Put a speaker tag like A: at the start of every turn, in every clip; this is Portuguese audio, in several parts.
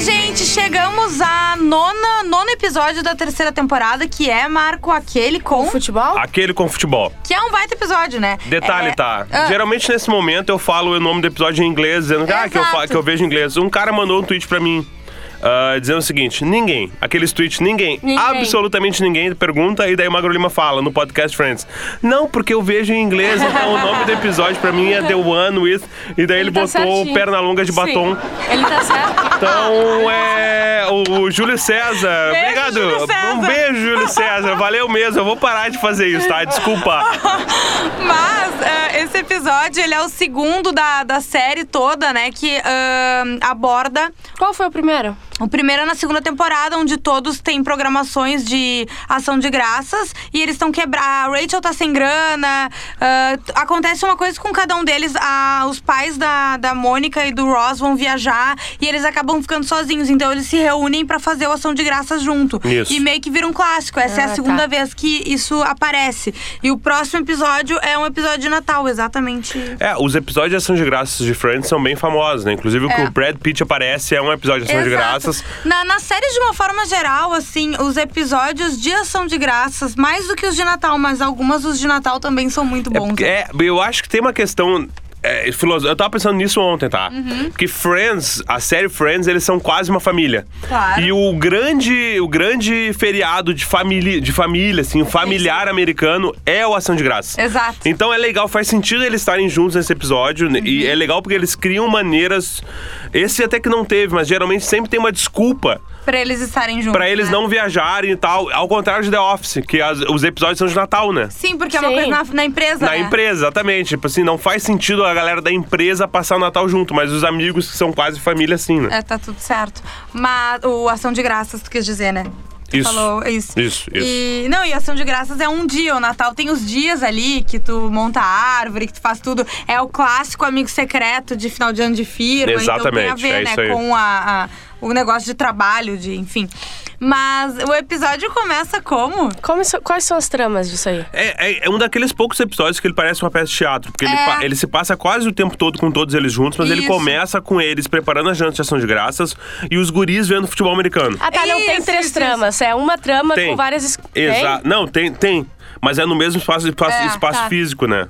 A: gente, chegamos a nona, nono episódio da terceira temporada, que é Marco aquele com.
B: O futebol?
C: Aquele com futebol.
A: Que é um baita episódio, né?
C: Detalhe,
A: É-
C: tá?
A: Ah,
C: Geralmente nesse momento eu falo o nome do episódio em inglês, dizendo ah, que, eu fa-
A: Exato.
C: que eu vejo em inglês. Um cara mandou um tweet pra mim. ah, dizendo o seguinte, ninguém, aqueles tweets, ninguém,
D: Ninguém.
C: absolutamente ninguém pergunta e daí o Magro Lima fala no podcast Friends. Não, porque eu vejo em inglês, então o nome do episódio pra mim é The One With, e daí ele,
D: tá
C: botou
D: certinho.
C: perna longa de batom.
D: Sim. Ele tá certo.
C: Então é o, o Júlio César.
A: Beijo,
C: Obrigado.
A: Júlio César.
C: Um beijo, Júlio César. Valeu mesmo. Eu vou parar de fazer isso, tá? Desculpa.
A: Mas ah, esse episódio, ele é o segundo da, da série toda, né? Que ah, aborda
D: Qual foi o primeiro?
A: O primeiro é na segunda temporada, onde todos têm programações de ação de graças e eles estão quebrar. A Rachel tá sem grana. ah, t- acontece uma coisa com cada um deles. Ah, os pais da, da Mônica e do Ross vão viajar e eles acabam ficando sozinhos. Então eles se reúnem pra fazer o ação de graças junto.
C: Isso.
A: E meio que vira um clássico. Essa é
D: Ah,
A: a segunda
D: tá.
A: vez que isso aparece. E o próximo episódio é um episódio de Natal, exatamente.
C: É, os episódios de Ação de Graças de Friends são bem famosos, né? Inclusive o que
A: É.
C: o Brad Pitt aparece é um episódio de Ação de
A: Exato.
C: Graças.
A: Na, na série, de uma forma geral, assim, os episódios de ação de graças, mais do que os de Natal, mas algumas dos de Natal também são muito
C: É,
A: bons.
C: porque- é, eu acho que tem uma questão. é, filoso- Eu tava pensando nisso ontem, tá?
A: Uhum.
C: Porque Friends, a série Friends, eles são quase uma família.
A: Claro.
C: E o grande, o grande feriado de família, de família, assim, o familiar americano é o Ação de Graças.
A: Exato.
C: Então é legal, faz sentido eles estarem juntos nesse episódio. né?
A: Uhum.
C: E é legal porque eles criam maneiras. Esse até que não teve, mas geralmente sempre tem uma desculpa
A: Pra eles estarem juntos.
C: Pra eles
A: né?
C: não viajarem e tal. Ao contrário de The Office, que as- os episódios são de Natal, né?
A: Sim, porque é uma
D: Sim.
A: coisa na, na empresa.
C: Na
A: né?
C: empresa, exatamente. Tipo assim, não faz sentido a galera da empresa passar o Natal junto, mas os amigos que são quase família, sim, né?
A: É, tá tudo certo. Mas o Ação de Graças, tu quis dizer, né? Tu
C: Isso.
A: Falou isso.
C: Isso, isso.
A: E, não, e Ação de Graças é um dia. O Natal tem os dias ali que tu monta a árvore, que tu faz tudo. É o clássico amigo secreto de final de ano de firma. Então
C: Exatamente,
A: tem a ver,
C: é
A: né,
C: isso aí.
A: com a- a- o negócio de trabalho, de enfim. Mas o episódio começa como?
D: Como so- quais são as tramas disso aí?
C: É, é- é um daqueles poucos episódios que ele parece uma peça de teatro, porque ele,
A: É.
C: pa- ele se passa quase o tempo todo com todos eles juntos, mas ele
A: Isso.
C: começa com eles preparando a janta de ação de graças e os guris vendo futebol americano.
D: Ah, tá, não tem
A: Isso,
D: três
A: isso,
D: tramas. É uma trama com várias. es-
C: Exato. Não, tem, tem. Mas é no mesmo espaço, espaço,
A: É,
C: espaço
A: tá. Uhum.
C: físico, né?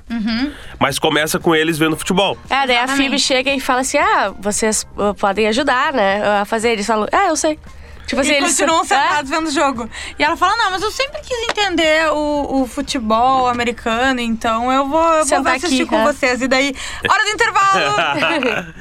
C: Mas começa com eles vendo futebol.
D: Tem? É, daí a
A: Exatamente.
D: Phoebe chega e fala assim: ah, vocês uh, podem ajudar, né? A fazer. Eles falam: ah, eu sei. Tipo assim,
A: E
D: eles.
A: continuam
D: ah,
A: sentados vendo o jogo. E ela fala: Não, mas eu sempre quis entender o, o futebol americano, então eu vou, eu vou
D: Sentar
A: assistir
D: aqui,
A: com
D: é.
A: vocês. E daí, hora do intervalo!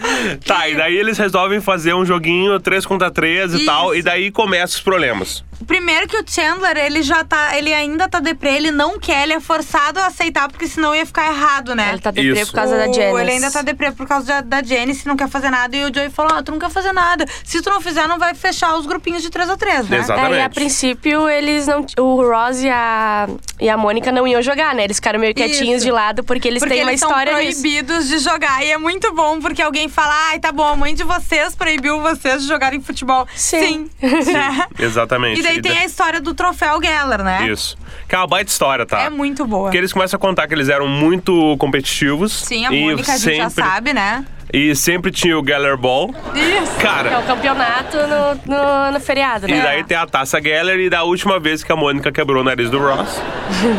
C: tá, e daí eles resolvem fazer um joguinho 3 contra 3 e
A: Isso.
C: tal, e daí começam os problemas.
A: Primeiro que o Chandler, ele já tá. Ele ainda tá deprê, ele não quer, ele é forçado a aceitar, porque senão ia ficar errado, né?
D: Ele tá deprê
C: Isso.
D: por causa da
A: O-
D: Janice.
A: Ele ainda tá deprê por causa da, da Janice, não quer fazer nada. E o Joey falou: Ah, tu não quer fazer nada. Se tu não fizer, não vai fechar os grupinhos de 3x3, né?
C: Exato.
D: Aí, É, a
C: Exatamente.
D: princípio, eles não. O Ross e a, e a Mônica não iam jogar, né? Eles ficaram meio quietinhos
A: Isso.
D: de lado porque eles
A: porque
D: têm uma
A: eles
D: história
A: são
D: nisso.
A: proibidos de jogar. E é muito bom, porque alguém fala, ai, tá bom, a mãe de vocês proibiu vocês de jogarem futebol.
D: Sim.
A: Né?
C: Exatamente.
A: E daí tem a história do troféu Geller, né?
C: Isso. Que é uma baita história, tá?
A: É muito boa.
C: Porque eles começam a contar que eles eram muito competitivos.
A: Sim, a
C: e
A: Mônica, a gente já
C: sempre-
A: sabe, né?
C: E sempre tinha o Geller Ball.
A: Isso.
D: É
C: Cara,
D: o campeonato no, no, no feriado,
A: É.
D: né?
C: e daí tem a taça Geller e da última vez que a Mônica quebrou o nariz do Ross.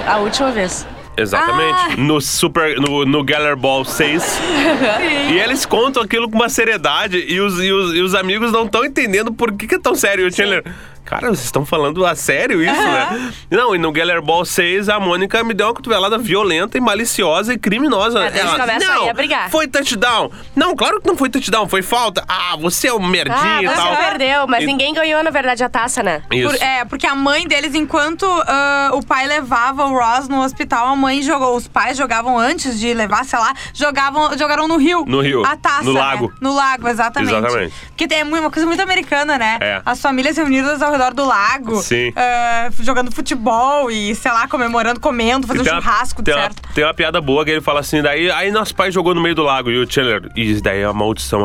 D: A última vez. Ah.
C: Exatamente. No Super. No, no Geller Ball 6. E eles contam aquilo com uma seriedade e os, e os, e os amigos não estão entendendo por que, que é tão sério. E o Chandler, cara, vocês estão falando a sério isso, né? Não, e no Geller Ball 6, a Mônica me deu uma cotovelada violenta e maliciosa e criminosa.
D: É, daí eles começam
C: não,
D: aí a brigar."
C: foi touchdown. Não, claro que não foi touchdown, foi falta. Ah, você é um merdinho
D: Ah,
C: e tal.
D: você perdeu, mas
C: E-
D: ninguém ganhou, na verdade, a taça, né?
C: Isso.
A: Por- é, porque a mãe deles, enquanto ah, o pai levava o Ross no hospital, a mãe jogou. Os pais jogavam antes de levar, sei lá, jogavam, jogaram no rio.
C: No rio,
A: A taça.
C: no
A: né?
C: lago.
A: No lago, exatamente.
C: Exatamente.
A: Porque tem mu- uma coisa muito americana, né?
C: É.
A: As famílias reunidas ao redor do lago.
C: Sim.
A: ah, jogando futebol e, sei lá, comemorando, comendo,
C: E
A: fazendo
C: uma-
A: um churrasco,
C: tem uma,
A: certo?
C: tem uma piada boa que ele fala assim, daí aí nosso pai jogou no meio do lago e o Chandler, e daí a maldição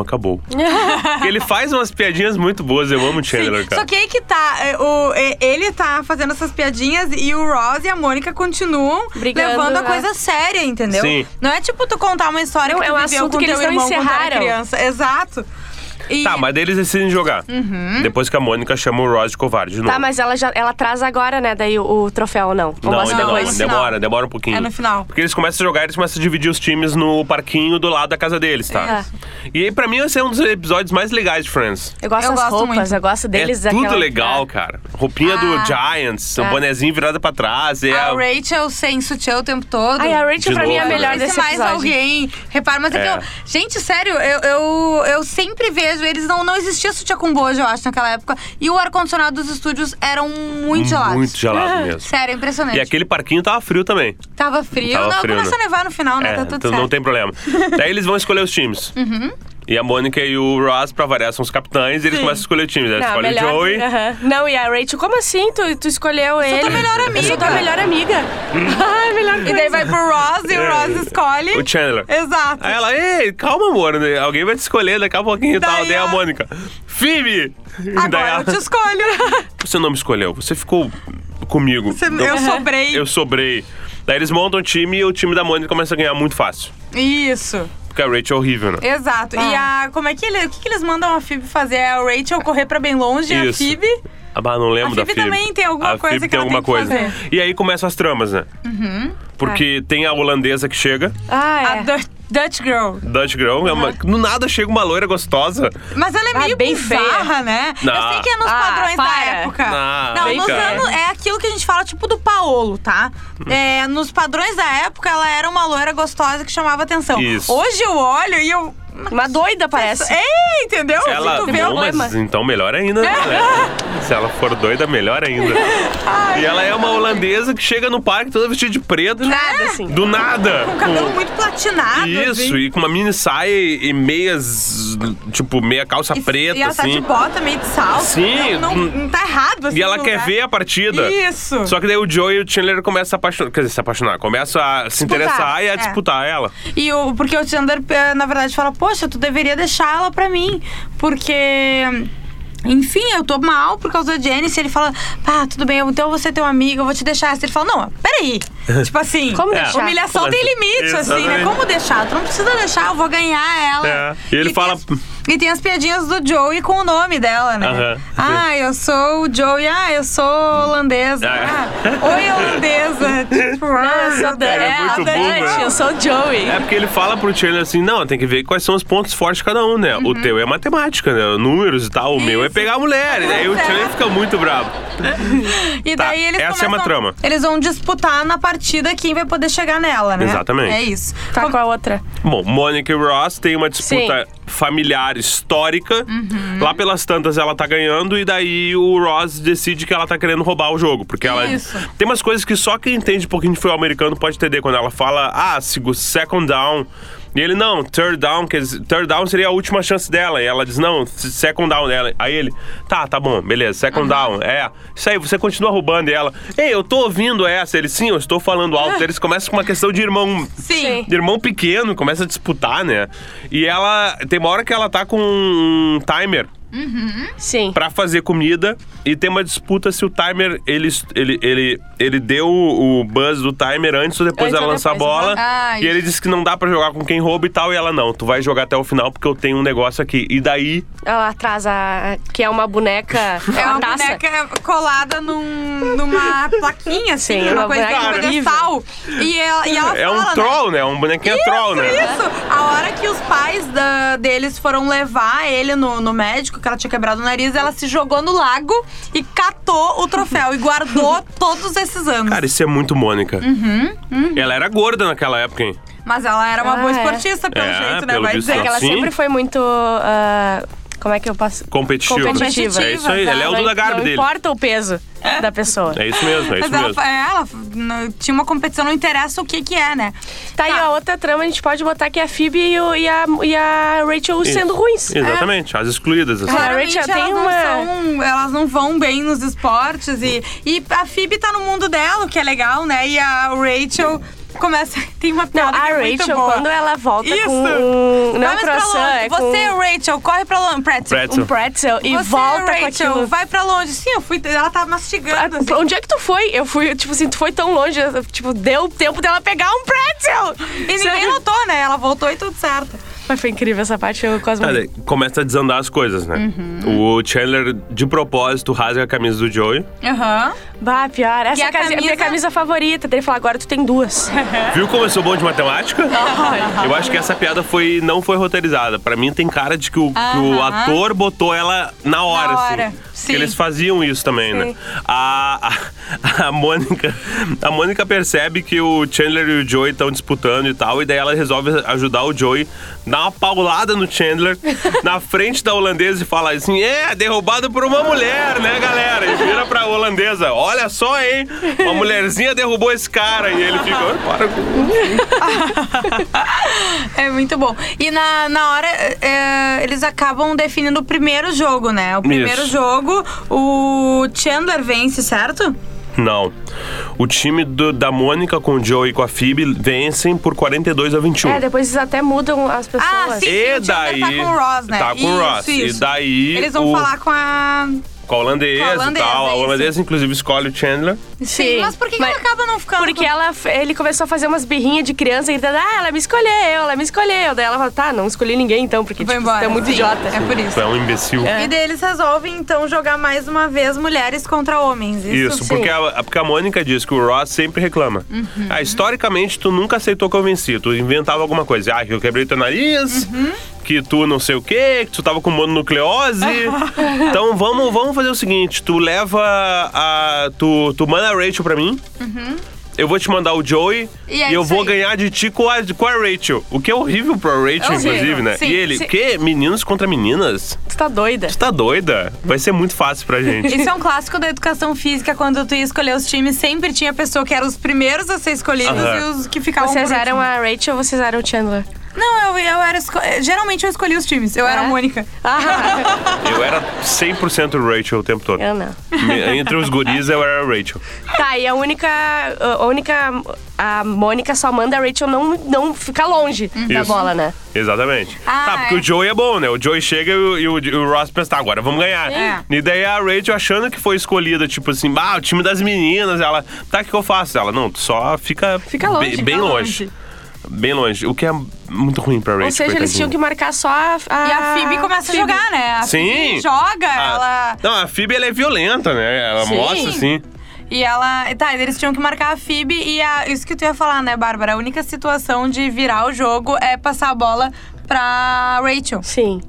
C: acabou. Porque ele faz umas piadinhas muito boas, eu amo o Chandler,
A: Sim,
C: cara.
A: Só que aí que tá. é, o- é, ele tá fazendo essas piadinhas e o Ross e a Mônica continuam
D: Brigando,
A: levando a
D: né?
A: coisa séria, entendeu?
C: Sim.
A: Não é tipo tu contar uma história
D: Não,
A: que tu
D: é um
A: viveu
D: assunto
A: com
D: que
A: teu
D: eles não
A: irmão quando era
D: encerraram.
A: criança. Exato. E-
C: Tá, mas daí eles decidem jogar.
A: Uhum.
C: Depois que a Mônica chama o Ross de covarde de novo.
D: Tá, mas ela, já, ela traz agora, né, daí o, o troféu ou não? Ou
C: Não,
D: mostra
C: ainda não.
D: depois?
A: assim? no
C: Demora,
A: final.
C: demora um pouquinho.
A: É no final.
C: Porque eles começam a jogar, eles começam a dividir os times no parquinho do lado da casa deles, tá? E aí, pra mim, esse é um dos episódios mais legais de Friends.
D: Eu gosto
A: Eu
D: das
A: gosto
D: roupas,
A: muito.
D: eu gosto deles.
C: é tudo
D: aquela-
C: legal, cara. Roupinha do Giants,
A: É.
C: um
D: Ah.
C: bonezinho virado pra trás. É,
A: A Rachel sem sutiã o tempo todo.
D: Ai, a Rachel
C: De
D: pra mim é a
C: novo, né?
D: melhor
A: Esse
D: desse
A: mais
D: episódio.
A: alguém. Repara, mas é,
C: É.
A: que eu. Gente, sério, eu, eu, eu sempre vejo. Eles não, não existia sutiã com bojo, eu acho, naquela época. E o ar-condicionado dos estúdios eram muito gelados.
C: muito gelado mesmo.
A: Sério, é impressionante.
C: E aquele parquinho tava frio também.
A: Tava frio.
C: Tava
A: não,
C: frio,
A: começa
C: né?
A: a nevar no final, né?
C: É,
A: tá tudo
C: então
A: certo. Uhum.
C: não tem problema. Daí eles vão escolher os times. E a Mônica e o Ross, pra variar, são os capitães e eles começam a escolher o time. Eles
D: Não,
C: escolhem
D: melhor,
C: o Joey.
D: Aham. Não, e a Rachel, como assim? Tu, tu escolheu ele?
A: tua melhor
D: Eu sou
A: amiga.
D: tua melhor amiga.
C: Hum.
D: Ai, melhor coisa.
A: E daí vai pro Ross e o
C: É.
A: Ross escolhe.
C: O Chandler.
A: Exato.
C: Aí ela, ei, calma, amor, né? alguém vai te escolher daqui a pouquinho e tal.
A: Daí
C: Daí a
A: a-
C: Mônica, Phoebe! Daí
A: Agora
C: ela,
A: eu te escolho.
C: você não me escolheu, você ficou comigo.
A: Você-
C: Não-
A: eu sobrei.
C: Eu sobrei. Daí eles montam o time e o time da Mônica começa a ganhar muito fácil.
A: Isso.
C: Porque a Rachel é horrível, né?
A: Exato. E
D: Tá.
A: a. Como é que ele. O que, que eles mandam a Phoebe fazer? É a Rachel correr pra bem longe e a
C: Isso.
A: Phoebe.
C: Ah, bah, não lembro
A: A
C: da
A: Phoebe
C: Phoebe.
A: também tem alguma
C: a Phoebe
A: coisa que
C: tem
A: ela
C: alguma
A: tem que
C: coisa.
A: fazer. Uhum. Tá.
C: E aí começam as tramas, né? Porque tem a holandesa que chega,
D: Ah,
A: A
D: é.
A: Dut- Dutch Girl.
C: Dutch Girl, é uma- do nada chega uma loira gostosa.
A: Mas ela é
D: Ah,
A: meio
D: bem
A: bizarra, né?
C: Não.
A: Eu sei que é nos
D: Ah,
A: padrões
D: para.
A: da época.
C: Não,
A: Não,
C: bem
A: nos
C: feia. Hum.
A: anos, é aquilo que a gente fala, tipo, do Paolo, tá? É, nos padrões da época, ela era uma loira gostosa que chamava atenção.
C: Isso.
A: Hoje eu olho e eu.
D: Uma doida, parece.
A: É, entendeu?
C: Ela,
A: tu vê
C: bom,
A: alguma-
C: mas então melhor ainda, né? Se ela for doida, melhor ainda. e ela é uma holandesa que chega no parque toda vestida de preto. Do
A: É.
D: Nada, assim.
C: Do nada.
A: Com o cabelo muito platinado.
C: Hum. Isso,
A: assim.
C: e com uma mini saia e meias, tipo, meia calça preta,
A: E ela tá de
C: assim.
A: bota, meio de salto.
C: Sim. hum.
A: Não, não- não tá errado, assim.
C: E ela
A: no
C: quer
A: lugar.
C: ver a partida.
A: Isso.
C: Só que daí o Joe e o Chandler começam a se apaixonar. Quer dizer, se apaixonar. Começam a se
A: Disputar,
C: interessar e a
A: é.
C: disputar ela.
A: E o, porque o Chandler, eh, na verdade, fala: Poxa, tu deveria deixar ela pra mim. Porque. Enfim, eu tô mal por causa da Janice. Ele fala: Pá, tudo bem, eu- então eu vou ser teu amigo, eu vou te deixar. Ele fala: Não, peraí. tipo assim,
D: Como
A: é.
D: deixar?
A: humilhação
C: Como
A: tem
C: assim?
A: limite, assim, né?
C: Exatamente.
A: Como deixar? Tu não precisa deixar, eu vou ganhar ela.
C: É. E ele
A: tem
C: fala-
A: as- e tem as piadinhas do Joey com o nome dela, né?
C: Aham.
A: Ah, eu sou o Joey, ah, eu sou holandesa.
C: Ah,
A: Ah, oi, holandesa. tipo, ah,
D: Eu sou
A: meu
D: Dante.
A: Deus.
C: É muito
D: a
C: boomer.
D: Dante, eu sou o Joey.
C: É porque ele fala pro Chandler assim, não, tem que ver quais são os pontos fortes de cada um, né? O teu é matemática, né? Números e tal, o meu
A: Uhum.
C: é
A: Isso. é.
C: pegar a mulher. E daí o
A: Certo.
C: Chandler fica muito bravo.
A: E
C: Tá,
A: daí eles
C: essa é uma
A: começam-
C: trama.
A: Eles vão disputar na partida quem vai poder chegar nela, né?
C: Exatamente.
A: É isso.
D: Tá com a outra.
C: Bom, Mônica e Ross têm uma disputa familiar histórica. Lá pelas tantas ela tá ganhando e daí o Ross decide que ela tá querendo roubar o jogo. Porque ela.
A: Isso.
C: Tem umas coisas que só quem entende um pouquinho de futebol americano pode entender. Quando ela fala, ah, sigo second down. E ele, não, third down, quer dizer, third down seria a última chance dela. E ela diz, não, se- second down dela. Aí ele, tá, tá bom, beleza, second down, é. Isso aí, você continua roubando. E ela, ei, eu tô ouvindo essa. Ele, sim, eu estou falando alto. Eles começam com uma questão de irmão
A: Sim.
C: de irmão pequeno, começa a disputar, né? E ela. Tem uma hora que ela tá com um timer
D: Sim.
C: pra fazer comida e tem uma disputa se o timer. Ele, ele, ele, ele deu o o buzz do timer antes ou depois
D: Antes
C: dela
D: ou
C: lançar
D: depois,
C: a bola.
A: né? Ah,
C: e ele
A: isso.
C: disse que não dá pra jogar com quem rouba e tal. E ela, não, tu vai jogar até o final porque eu tenho um negócio aqui. E daí.
D: Ela traz a. que é uma boneca.
A: É uma
D: taça.
A: boneca colada num- numa plaquinha, assim,
D: Sim,
A: uma
D: uma
A: coisa que
D: boneca
A: vai ter
D: horrível.
A: sal. E ela, e ela
C: É
A: fala,
C: um
A: né?
C: troll, né? Um bonequinho é troll,
A: Isso,
C: né?
A: Isso, a hora que os pais da- deles foram levar ele no, no médico, que ela tinha quebrado o nariz, ela se jogou no lago e catou o troféu e guardou todos esses anos.
C: Cara, isso é muito Mônica. Ela era gorda naquela época, hein?
A: Mas ela era uma boa
D: Ah, é.
A: esportista, pelo
C: É,
A: jeito, né?
C: pelo
A: Vai
C: visto,
A: dizer
C: ela
D: É que ela
C: Sim.
D: sempre foi muito. ah, como é que eu posso.
C: Competitiva.
D: Competitiva.
C: É isso aí, ela é o
D: Não-
C: Duda Garbi
D: Não
C: dele.
D: importa o peso da pessoa.
C: É isso mesmo, é isso
A: Mas ela,
C: mesmo.
A: fa- é, ela f- n- tinha uma competição, não interessa o que que é, né?
D: Tá, aí a outra trama, a gente pode botar que é a Phoebe e, o- e a, e a Rachel sendo ruins. É.
C: Exatamente, as excluídas. Assim.
A: Claramente,
D: Rachel
A: elas,
D: tem
A: não
D: uma-
A: são- elas não vão bem nos esportes. E, e a Phoebe tá no mundo dela, o que é legal, né? E a Rachel começa... Tem uma
D: Não,
A: piada
D: a
A: que é muito
D: Rachel,
A: boa.
D: quando ela volta
A: Isso!
D: com um... Não é
A: vai mais pra
D: croissant,
A: longe.
D: é com
A: Você, Rachel, corre pra longe. Pretzel.
C: Pretzel.
D: um pretzel e
A: Você, é
D: volta
A: Rachel,
D: com aquilo.
A: vai pra longe. Sim, eu fui... Ela tá mastigando,
D: Ah,
A: assim.
D: Onde é que tu foi? Eu fui, tipo assim, tu foi tão longe, eu- tipo, deu tempo dela pegar um pretzel!
A: E ninguém
D: Sério?
A: notou, né? Ela voltou e tudo certo.
D: Mas foi incrível essa parte, eu quase
C: Tá,
D: morri.
C: daí começa a desandar as coisas, né? O Chandler, de propósito, rasga a camisa do Joey.
A: Aham.
D: Bah, pior. Essa
A: E
D: é
A: a
D: a camisa... minha
A: camisa- É,
D: camisa favorita. Daí ele falou, agora tu tem duas.
C: Viu como eu sou bom de matemática? Eu acho que essa piada foi, não foi roteirizada. Pra mim tem cara de que o, que o
A: Aham.
C: ator botou ela na hora,
A: Na
C: assim.
A: hora,
C: Porque
A: sim.
C: eles faziam isso também, né?
D: Sim.
C: A, a, a Mônica, a Mônica percebe que o Chandler e o Joey estão disputando e tal, e daí ela resolve ajudar o Joey, dá uma paulada no Chandler na frente da holandesa e fala assim: "É, derrubado por uma mulher, né, galera?" E vira pra holandesa: "Olha só, hein? Uma mulherzinha derrubou esse cara." E ele fica: "Ô, "Para com
A: É muito bom. E na, na hora, é, eles acabam definindo o primeiro jogo, né? O primeiro
C: Isso.
A: jogo, o Chandler vence, certo?
C: Não. O time do- da Mônica com o Joe e com a Phoebe vencem por 42 a 21.
D: é, depois eles até mudam as pessoas.
A: Ah, sim.
C: E
A: o Chandler
C: daí.
A: tá com o Ross, né?
C: Tá com o
A: Isso,
C: Ross. E
A: isso.
C: daí.
A: Eles vão
C: o-
A: falar com a.
C: Com a holandesa,
A: Com a holandesa,
C: e tal.
A: é
C: A
A: isso.
C: holandesa, inclusive, escolhe o Chandler.
A: Sim.
D: Sim.
A: Mas é por que, que
D: Mas-
A: ela acaba não ficando?
D: Porque
A: com-
D: ela, ele começou a fazer umas birrinhas de criança gritando, ah, ela me escolheu, ela me escolheu. Daí ela fala, tá, não escolhi ninguém então, porque
A: Foi
D: tipo,
A: embora.
D: você é muito
A: Sim,
D: idiota.
A: É por isso.
C: Tu é um imbecil.
D: É.
A: E daí eles resolvem, então, jogar mais uma vez mulheres contra homens. Isso. Uhum.
C: Isso, porque a, porque a Mônica diz que o Ross sempre reclama. Ah, historicamente, tu nunca aceitou que eu venci. Tu inventava alguma coisa. Ah, que eu quebrei teu nariz,
A: Uhum.
C: que tu não sei o quê, que tu tava com mononucleose.
A: Uhum.
C: então vamos, vamos fazer o seguinte: tu leva a. Tu, tu manda a Rachel pra mim. Eu vou te mandar o Joey
A: Uhum. E
C: e,
A: é
C: eu
A: isso
C: vou
A: aí.
C: ganhar de ti com a, com a Rachel. O que é horrível pra
A: É
C: Rachel,
A: horrível,
C: inclusive, né?
A: sim,
C: e ele,
D: sim.
C: que? Meninos contra meninas?
D: Tu tá doida.
C: Tu tá doida? Vai ser muito fácil pra gente.
A: Isso é um clássico da educação física, quando tu ia escolher os times, sempre tinha a pessoa que era os primeiros a ser escolhidos
C: Aham.
A: e os que ficavam
D: Vocês
A: um por último.
D: eram a Rachel ou vocês eram o Chandler?
A: Não, eu, eu era. esco- Geralmente eu escolhi os times. Eu era a
D: É?
A: Mônica.
D: Ah,
C: Eu era 100% Rachel o tempo todo.
D: eu não.
C: Me- Entre os guris, eu era a Rachel.
D: Tá, e a única. A única. A Mônica só manda a Rachel não, não ficar longe da
C: Isso.
D: bola, né?
C: Exatamente.
A: Ah,
C: tá, porque
A: é.
C: o Joey é bom, né? O Joey chega e o, e o- e o Ross pensa, tá, agora vamos ganhar.
A: É.
C: E daí a Rachel achando que foi escolhida, tipo assim, ah, o time das meninas, ela, tá, o que eu faço? Ela, não, tu só fica,
D: Fica longe,
C: bem,
D: fica
C: bem longe. Bem longe, o que é muito ruim pra Rachel.
D: Ou seja, eles tinham que
C: coitadinha.
D: marcar só a.
A: E a
D: Ah,
A: Phoebe começa a jogar, né? A Phoebe
C: Sim.
A: joga,
C: Ah,
A: ela.
C: Não, a Phoebe, ela é violenta, né? Ela
D: Sim.
C: mostra, assim.
A: E ela. Tá, eles tinham que marcar a Phoebe e a- isso que tu ia falar, né, Bárbara? A única situação de virar o jogo é passar a bola pra Rachel.
D: Sim.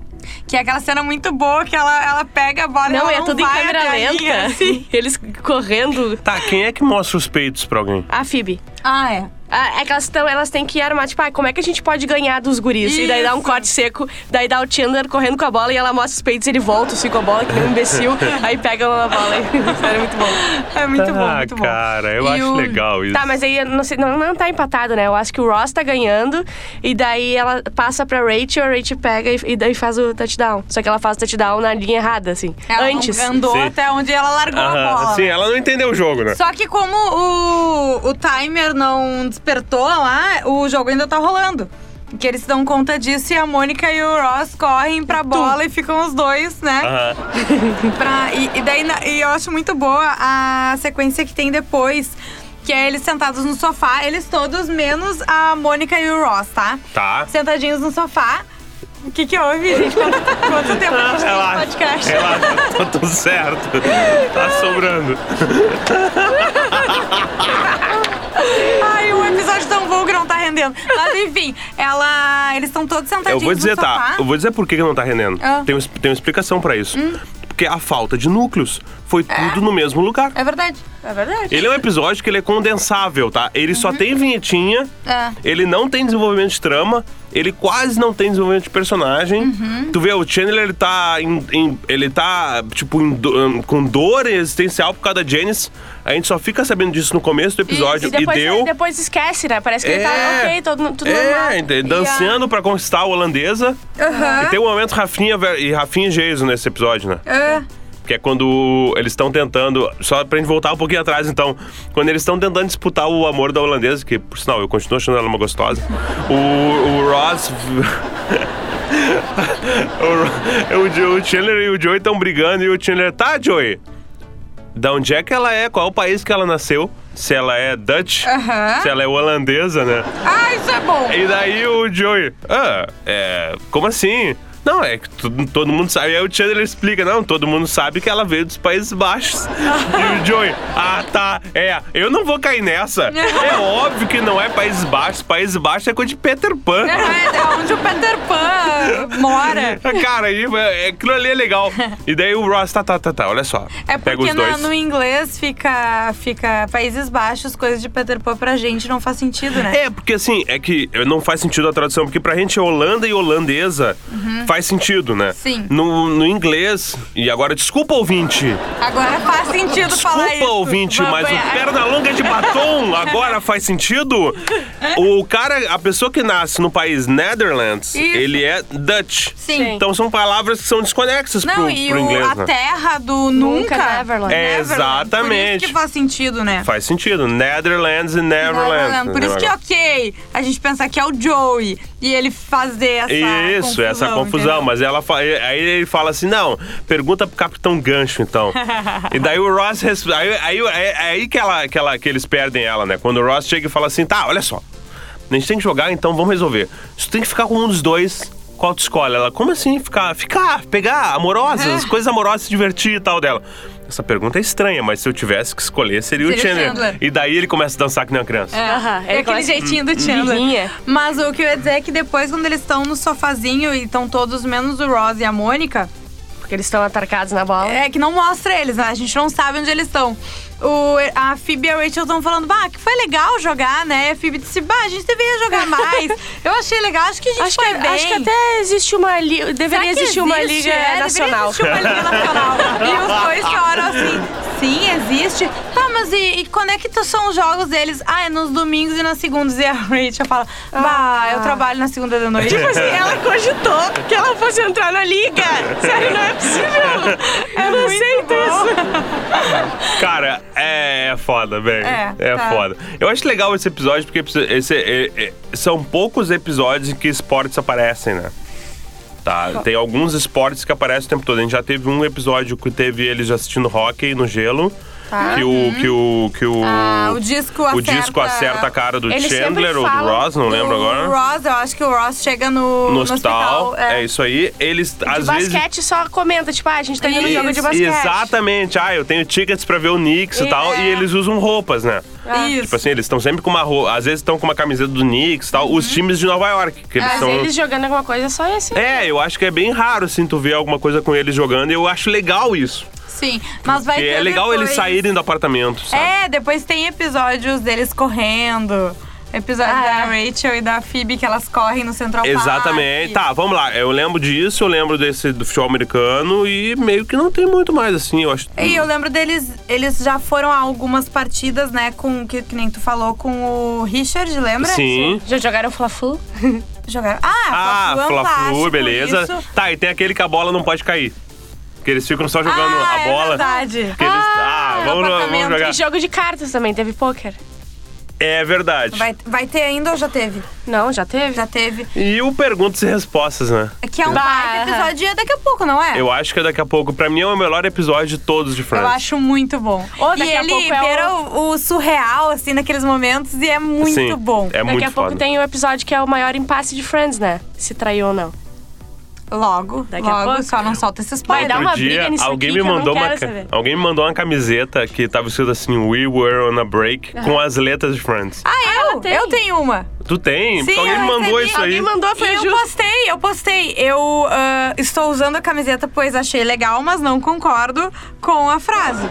A: Que é aquela cena muito boa que ela, ela pega a bola e
D: Não,
A: ela
D: e é
A: não
D: tudo em
A: vai
D: câmera
A: até a linha,
D: lenta.
A: assim.
D: Eles correndo.
C: Tá, quem é que mostra os peitos pra alguém?
D: A Phoebe.
A: Ah, é.
D: Ah, é que elas, tão, elas têm que armar, tipo, ah, como é que a gente pode ganhar dos guris? E daí dá um
A: Isso.
D: corte seco, daí dá o Chandler correndo com a bola e ela mostra os peitos, ele volta, fica com a bola, que nem um imbecil, aí pega a bola. Sério, muito bom.
A: É muito bom,
C: ah,
A: muito bom.
C: cara, eu
A: E
C: acho
A: o-
C: legal isso.
D: Tá, mas aí eu não, sei, não, não tá empatado, né? Eu acho que o Ross tá ganhando e daí ela passa pra Rachel, a Rachel pega e, e daí faz o touchdown. Só que ela faz o touchdown na linha errada, assim.
A: Ela não
D: Antes.
A: andou
C: Sim.
A: até onde ela largou a
C: Aham,
A: bola.
C: sim, ela não entendeu o jogo, né?
A: Só que como o, o timer não despertou lá, o jogo ainda tá rolando. Que eles se dão conta disso e a Mônica e o Ross correm pra bola e ficam os dois, né?
C: Aham.
A: Pra- e, e daí na- e eu acho muito boa a sequência que tem depois. Que é eles sentados no sofá, eles todos, menos a Mônica e o Ross, tá?
C: Tá.
A: Sentadinhos no sofá. O que que houve, gente? Quanto, quanto tempo a gente tem de
C: Relaxa,
A: podcast?
C: relaxa, tá tudo certo. Tá sobrando.
A: Ai, o episódio tão bom que não tá rendendo. Mas enfim, ela. Eles estão todos
C: Eu
A: sentadinhos
C: vou dizer,
A: no sofá.
C: tá, eu vou dizer por que que não tá rendendo.
A: Ah. Hum.
C: Tem, uma es- tem uma explicação pra isso. Porque a falta de núcleos foi tudo no mesmo lugar.
A: É verdade, é verdade.
C: Ele é um episódio que ele é condensável, tá? Ele
A: Uhum.
C: só tem vinhetinha,
A: É.
C: ele não tem desenvolvimento de trama, ele quase não tem desenvolvimento de personagem.
D: Uhum.
C: Tu vê, o Chandler, ele tá, em- em- ele tá tipo, em do- com dor existencial por causa da Janice. A gente só fica sabendo disso no começo do episódio
D: E depois,
C: deu...
D: depois esquece, né? Parece que ele tá ok, todo, tudo normal.
C: é, ente- dançando pra conquistar a holandesa.
A: Aham.
C: E tem um momento Rafinha ver- e Rafinha e Jason nesse episódio, né?
A: É.
C: Que é quando eles estão tentando. Só pra gente voltar um pouquinho atrás, então. Quando eles estão tentando disputar o amor da holandesa, que, por sinal, eu continuo achando ela uma gostosa. O, o Ross. o, Ro- o Jo- o Chandler e o Joey estão brigando e o Chandler. Tá, Joey? Da onde é que ela é? Qual é o país que ela nasceu? se ela é Dutch,
A: Aham.
C: se ela é holandesa, né?
A: Ah, isso é bom.
C: E daí o Joey, ah, é, como assim? Não, é que tu- todo mundo sabe. Aí o Chandler explica, não, todo mundo sabe que ela veio dos Países Baixos. e o Joey, ah, tá, é, eu não vou cair nessa. é óbvio que não é Países Baixos, Países Baixos é coisa de Peter Pan.
A: É, é onde o Peter Pan mora.
C: Cara, aí, é, aquilo ali é legal. E daí o Ross, tá, tá, tá, tá, olha só.
A: É
C: Pega
A: porque
C: os
A: na-
C: dois.
A: no inglês fica, fica Países Baixos, coisas de Peter Pan pra gente não faz sentido, né?
C: É, porque assim, é que não faz sentido a tradução, porque pra gente é Holanda e holandesa faz sentido, né?
A: Uhum. Sim.
C: No, no inglês, e agora, desculpa ouvinte,
A: Agora faz sentido falar isso.
C: desculpa ouvinte,
A: Vai-
C: mas
A: vai-
C: o Pernalonga de Batom agora faz sentido? O cara, a pessoa que nasce no país Netherlands,
A: Isso.
C: ele é Dutch.
A: Sim.
C: Então são palavras que são desconexas
A: Não,
C: pro,
A: e
C: pro
A: o-
C: inglês,
A: a
C: né?
A: terra do
D: Nunca,
A: nunca.
D: Neverland.
C: É,
A: Neverland. Por isso
C: exatamente.
A: que faz sentido, né?
C: Faz sentido, Netherlands né? e Neverland.
A: Neverland. Por isso que, é ok, a gente pensa que é o Joey e ele fazer essa
C: Isso,
A: confusão,
C: essa confusão.
A: entendeu?
C: Mas ela fa- aí ele fala assim: não, pergunta pro Capitão Gancho, então. e daí o Ross responde. Aí, aí, é- é aí que, ela, que, ela, que eles perdem ela, né? Quando o Ross chega e fala assim: tá, olha só. A gente tem que jogar, então vamos resolver. Se tu tem que ficar com um dos dois, qual tu escolhe? Ela, como assim? Ficar, ficar, pegar, amorosas, coisas amorosas, se divertir e tal dela. Essa pergunta é estranha, mas se eu tivesse que escolher, seria, o
A: Seria o
C: Chandler.
A: Chandler.
C: E daí ele começa a dançar que nem uma criança.
A: É,
D: Aham,
A: é
D: ele
A: aquele
D: gosta-
A: jeitinho do Chandler.
D: birrinha.
A: Mas o que eu ia dizer é que depois, quando eles estão no sofazinho e estão todos, menos o Ross e a Mônica,
D: Porque eles estão atarcados na bola.
A: é que não mostra eles, né? A gente não sabe onde eles estão. O, a Phoebe e a Rachel estão falando, bah, que foi legal jogar, né? E a Phoebe disse, bah, a gente deveria jogar mais. eu achei legal, acho que a gente
D: Acho que, é,
A: foi bem.
D: acho que até existe uma liga.
A: Será
D: Deveria
A: que
D: existir uma
A: existe?
D: liga
A: É, deveria
D: nacional.
A: existir uma liga nacional. e os dois choram assim. Sim, existe. Tá, mas e, e quando é que tu- são os jogos deles? Ah, é nos domingos e nas segundas. E a Rachel fala, bah, eu trabalho na segunda da noite.
C: É.
D: Tipo assim, ela cogitou que ela fosse entrar na liga. Sério, não é possível. É Eu não aceito isso.
C: Cara, é foda, velho.
A: É,
C: É,
A: tá.
C: foda. Eu acho legal esse episódio porque esse- esse- é- é- são poucos episódios em que esportes aparecem, né? Tá, tem alguns esportes que aparecem o tempo todo. A gente já teve um episódio que teve eles assistindo hockey no gelo. Que o. Que o, que o,
A: Ah, o disco
C: o
A: acerta-
C: disco acerta a cara do
D: Ele sempre
C: Chandler ou do
D: fala
C: Ross, não lembro agora.
A: O Ross, eu acho que o Ross chega no,
C: no hospital. é.
A: é.
C: isso aí. Eles,
D: De
C: às vezes.
D: basquete só comenta, tipo, ah, a gente tá indo no
A: Isso.
D: jogo de basquete.
C: Exatamente. Ah, eu tenho tickets pra ver o Knicks e tal.
A: É.
C: E eles usam roupas, né?
A: Isso.
C: Tipo assim, eles estão sempre com uma roupa. Às vezes estão com uma camiseta do Knicks e tal. Os
A: Uhum.
C: times de Nova York. Que
A: Ah,
C: eles
D: Mas
C: são...
D: eles jogando alguma coisa é só esse.
C: É, eu acho que é bem raro, assim, tu ver alguma coisa com eles jogando. E eu acho legal isso.
A: Sim, mas vai
C: Porque
A: ter
C: é legal eles
A: depois-
C: saírem do apartamento, sabe?
A: É, depois tem episódios deles correndo. Episódio da
D: Ah,
A: Rachel e da Phoebe que elas correm no Central Park.
C: Exatamente. Tá, vamos lá. Eu lembro disso, eu lembro desse do futebol americano e meio que não tem muito mais, assim, eu acho.
A: E eu lembro deles, eles já foram a algumas partidas, né, com, que, que nem tu falou, com o Richard, lembra?
C: Sim.
D: Já jogaram Fla-Flu?
A: Jogaram. Ah,
C: Ah,
A: Fla-Flu, é um
C: Fla-Flu,
A: clássico,
C: beleza.
A: isso.
C: Tá, e tem aquele que a bola não pode cair. Que eles ficam só jogando
A: Ah,
C: a
A: é
C: bola.
A: verdade.
C: Que eles, ah,
A: no
C: vamos, vamos
A: apartamento.
C: jogar.
D: E jogo de cartas também, teve pôquer.
C: É verdade.
A: Vai, vai ter ainda ou já teve?
D: Não, já teve?
C: Tá.
A: Já teve.
C: E o Perguntas e Respostas, né?
A: Que é um
D: Bah.
A: baita episódio e é daqui a pouco, não é?
C: Eu acho que é daqui a pouco. Pra mim é o melhor episódio de todos de Friends.
A: Eu acho muito bom.
D: Ou
A: e
D: daqui a
A: ele
D: pouco é
A: beira o... o surreal, assim, naqueles momentos, e é muito
C: Sim,
A: bom.
C: É
D: Daqui
C: muito
D: a pouco
C: foda.
D: tem o episódio que é o maior impasse de Friends, né? Se traiu ou não.
A: Logo,
D: Daqui a
A: logo,
D: pouco.
A: só não solta esse
D: Vai
A: spoiler.
D: dar uma
C: Outro dia,
D: briga nisso
C: alguém
D: aqui
C: me
D: que eu não
C: mandou uma
D: quero
C: ca-
D: saber.
C: alguém me mandou uma camiseta que tava escrito assim We were on a break com as letras de Friends.
A: Ah, eu?
D: ela tem.
A: Eu tenho uma.
C: Tu tem?
A: Sim,
C: alguém
A: eu
C: me mandou
A: recebi.
C: isso
A: Alguém
C: aí.
D: mandou, foi
A: E eu
D: justo.
A: postei, eu postei. Eu ah, estou usando a camiseta pois achei legal, mas não concordo com a frase.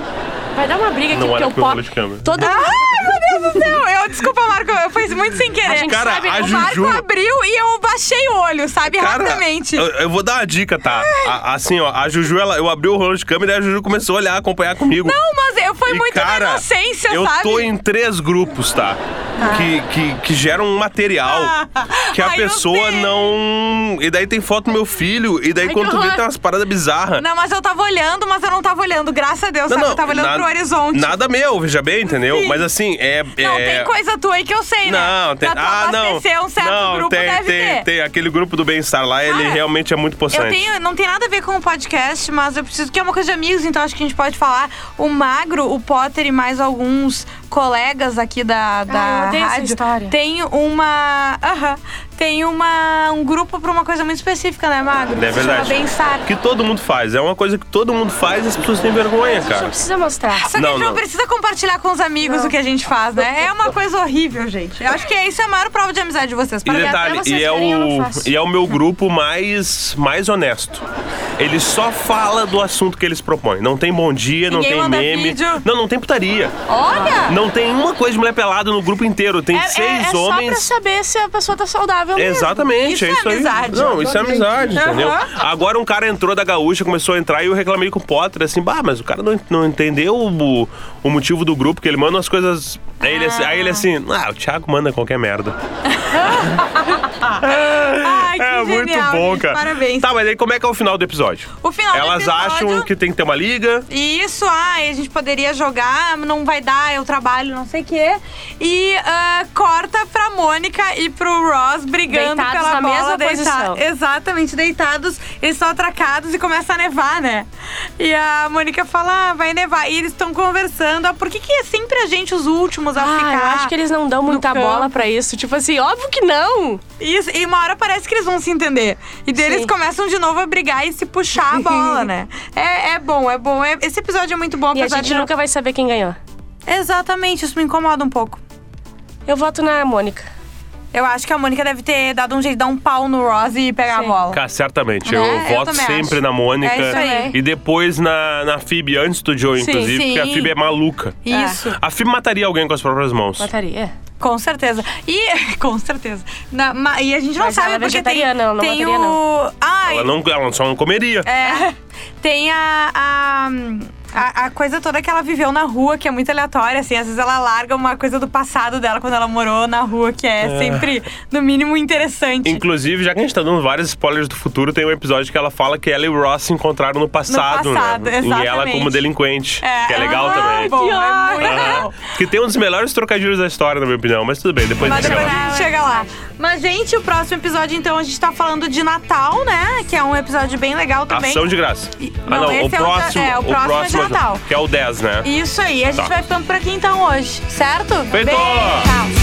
D: Vai dar uma briga aqui,
C: Não
D: porque
C: olha
D: o
C: pro olho
D: pop...
C: de câmera. Ah!
D: Todo
A: Ai, meu Deus do céu! Eu, desculpa, Marco, eu fiz muito sem querer.
D: A gente
C: Cara,
D: sabe,
A: o
C: a
D: o
C: Ju-
A: Marco
C: Juju-
A: abriu e eu baixei o olho, sabe?
C: Cara,
A: Rapidamente.
C: Eu, eu vou dar uma dica, tá? A- assim, ó, a Juju, ela, eu abri o rolo de câmera e a Juju começou a olhar, acompanhar comigo.
A: Não, mas eu fui
C: E,
A: muito
C: cara,
A: na inocência,
C: eu
A: sabe? Ah.
C: tô em três grupos, tá? Que, que, que geram um material que a
A: Ai, eu
C: pessoa
A: sei.
C: não. E daí tem foto do meu filho, e daí
D: Ai,
C: quando
D: que
C: tu vê
D: horror.
C: tem umas paradas bizarras.
A: Não, mas eu tava olhando, mas eu não tava olhando, graças a Deus, sabe? eu tava olhando
C: nada-
A: pro horizonte.
C: Nada meu, veja bem, entendeu?
A: Sim.
C: Mas assim, é,
A: Não,
C: é-
A: tem coisa tua aí que eu sei, né?
C: Não, tem.
A: Pra tu
C: ah, não.
A: abastecer um certo
C: não,
A: grupo
C: tem,
A: deve
C: tem,
A: ter.
C: tem. Aquele grupo do bem-estar lá, ele
A: Ah.
C: realmente é muito possante.
A: Eu tenho, não tem nada a ver com o podcast, mas eu preciso que é uma coisa de amigos, então acho que a gente pode falar. O Magro, o Potter e mais alguns colegas aqui da, da
D: Ah, eu odeio essa
A: rádio
D: história.
A: tem uma, aham, tem uma um grupo pra uma coisa muito específica, né, Magro?
C: É verdade.
A: Bem
C: Que todo mundo faz. É uma coisa que todo mundo faz e as pessoas têm vergonha,
D: A gente não
C: cara.
D: precisa mostrar.
A: Só que a
C: Não,
A: gente não,
C: não.
A: precisa compartilhar com os amigos
D: Não.
A: o que a gente faz, né? É uma coisa horrível, gente. Eu acho que isso é a maior prova de amizade de vocês.
C: E
A: Parabéns.
C: detalhe,
D: vocês
C: e é,
D: verem, eu não
C: o,
D: faço.
C: e é o meu grupo mais, mais honesto. Ele só fala do assunto que eles propõem. Não tem bom dia, não
A: Ninguém
C: tem
A: manda
C: meme.
A: vídeo.
C: Não, não tem putaria.
A: Olha!
C: Não tem uma coisa de mulher pelada no grupo inteiro. Tem
D: É, é-
C: seis
D: é só pra
C: homens.
D: saber se a pessoa tá saudável mesmo.
C: Exatamente,
A: Isso
C: é
A: é
C: isso aí.
A: amizade.
C: Não, isso é amizade,
A: Aham.
C: entendeu? Agora um cara entrou da gaúcha, começou a entrar e eu reclamei com o Potter, assim, bah, mas o cara não, não entendeu o, o motivo do grupo, que ele manda umas coisas. Aí ele, assim- aí ele assim, ah, o Thiago manda qualquer merda.
A: Ai, que
C: é muito
A: genial,
C: bom,
A: gente.
C: cara.
A: Parabéns.
C: Tá, mas aí como é que é o final do episódio?
A: O final do
C: Elas
A: episódio-
C: acham que tem que ter uma liga.
A: E Isso, ah, a gente poderia jogar, não vai dar, eu trabalho, não sei o quê. E ah, corta pra Mônica e pro Ross brigando
D: Deitados
A: pela
D: na
A: bola.
D: mesma
A: deita-
D: posição.
A: Exatamente, deitados, eles estão atracados e começa a nevar, né? E a Mônica fala, ah, vai nevar. E eles estão conversando, ah, por que, que é sempre a gente os últimos a
D: Ah,
A: ficar?
D: eu acho que eles não dão
A: no
D: muita
A: campo.
D: bola pra isso. Tipo assim, óbvio que não.
A: Isso, e uma hora parece que eles vão se entender. E daí
D: Sim.
A: eles começam de novo a brigar e se puxar a bola, né? É, é bom, é bom. É- esse episódio é muito bom,
D: E a
A: apesar
D: gente
A: de não-
D: nunca vai saber quem ganhou.
A: Exatamente, isso me incomoda um pouco.
D: Eu voto na Mônica.
A: Eu acho que a Mônica deve ter dado um jeito de dar um pau no Ross e pegar
D: Sim.
A: a bola.
C: Cara, certamente. Eu
A: É, eu
C: voto
A: também
C: sempre
A: acho.
C: na Mônica.
A: É isso aí.
C: E depois na, na Phoebe, antes do Joe,
A: Sim,
C: inclusive, porque a
A: sim.
C: Phoebe é maluca.
A: Isso,
C: A Phoebe mataria alguém com as próprias mãos.
D: Mataria.
A: com certeza. E com certeza. Na- ma- e a gente não
D: Mas
A: sabe
D: ela é
A: porque tem,
D: vegetariana, ela não
A: tem
D: mataria,
A: o. Ai,
C: Ela, não, ela só não comeria.
A: é, tem a. a a, a coisa toda que ela viveu na rua, que é muito aleatória, assim, às vezes ela larga uma coisa do passado dela quando ela morou na rua, que é, sempre, no mínimo, interessante.
C: Inclusive, já que a gente tá dando vários spoilers do futuro, tem um episódio que ela fala que ela e o Ross se encontraram no passado,
A: passado,
C: né? E ela
A: exatamente.
C: como delinquente,
A: É,
C: que é
A: é
C: legal
A: muito
C: também.
A: bom, é
D: Pior.
A: muito
C: Aham.
A: bom.
C: Que tem um dos melhores trocadilhos da história, na minha opinião, mas tudo bem, depois
A: Mas é
C: gente
A: depois
C: chega lá.
A: a gente chega lá. Mas, gente, o próximo episódio, então, a gente tá falando de Natal, né? Que é um episódio bem legal também.
C: Ação de graça.
A: E-
C: Ah,
A: não,
C: não,
A: esse
C: o
A: é o da-
C: próximo.
A: é, o próximo é de Natal.
C: Que é o 10, né?
A: Isso aí, a gente
C: Tá.
A: vai ficando por aqui então hoje, certo?
C: Feito!
A: Beijo, tchau.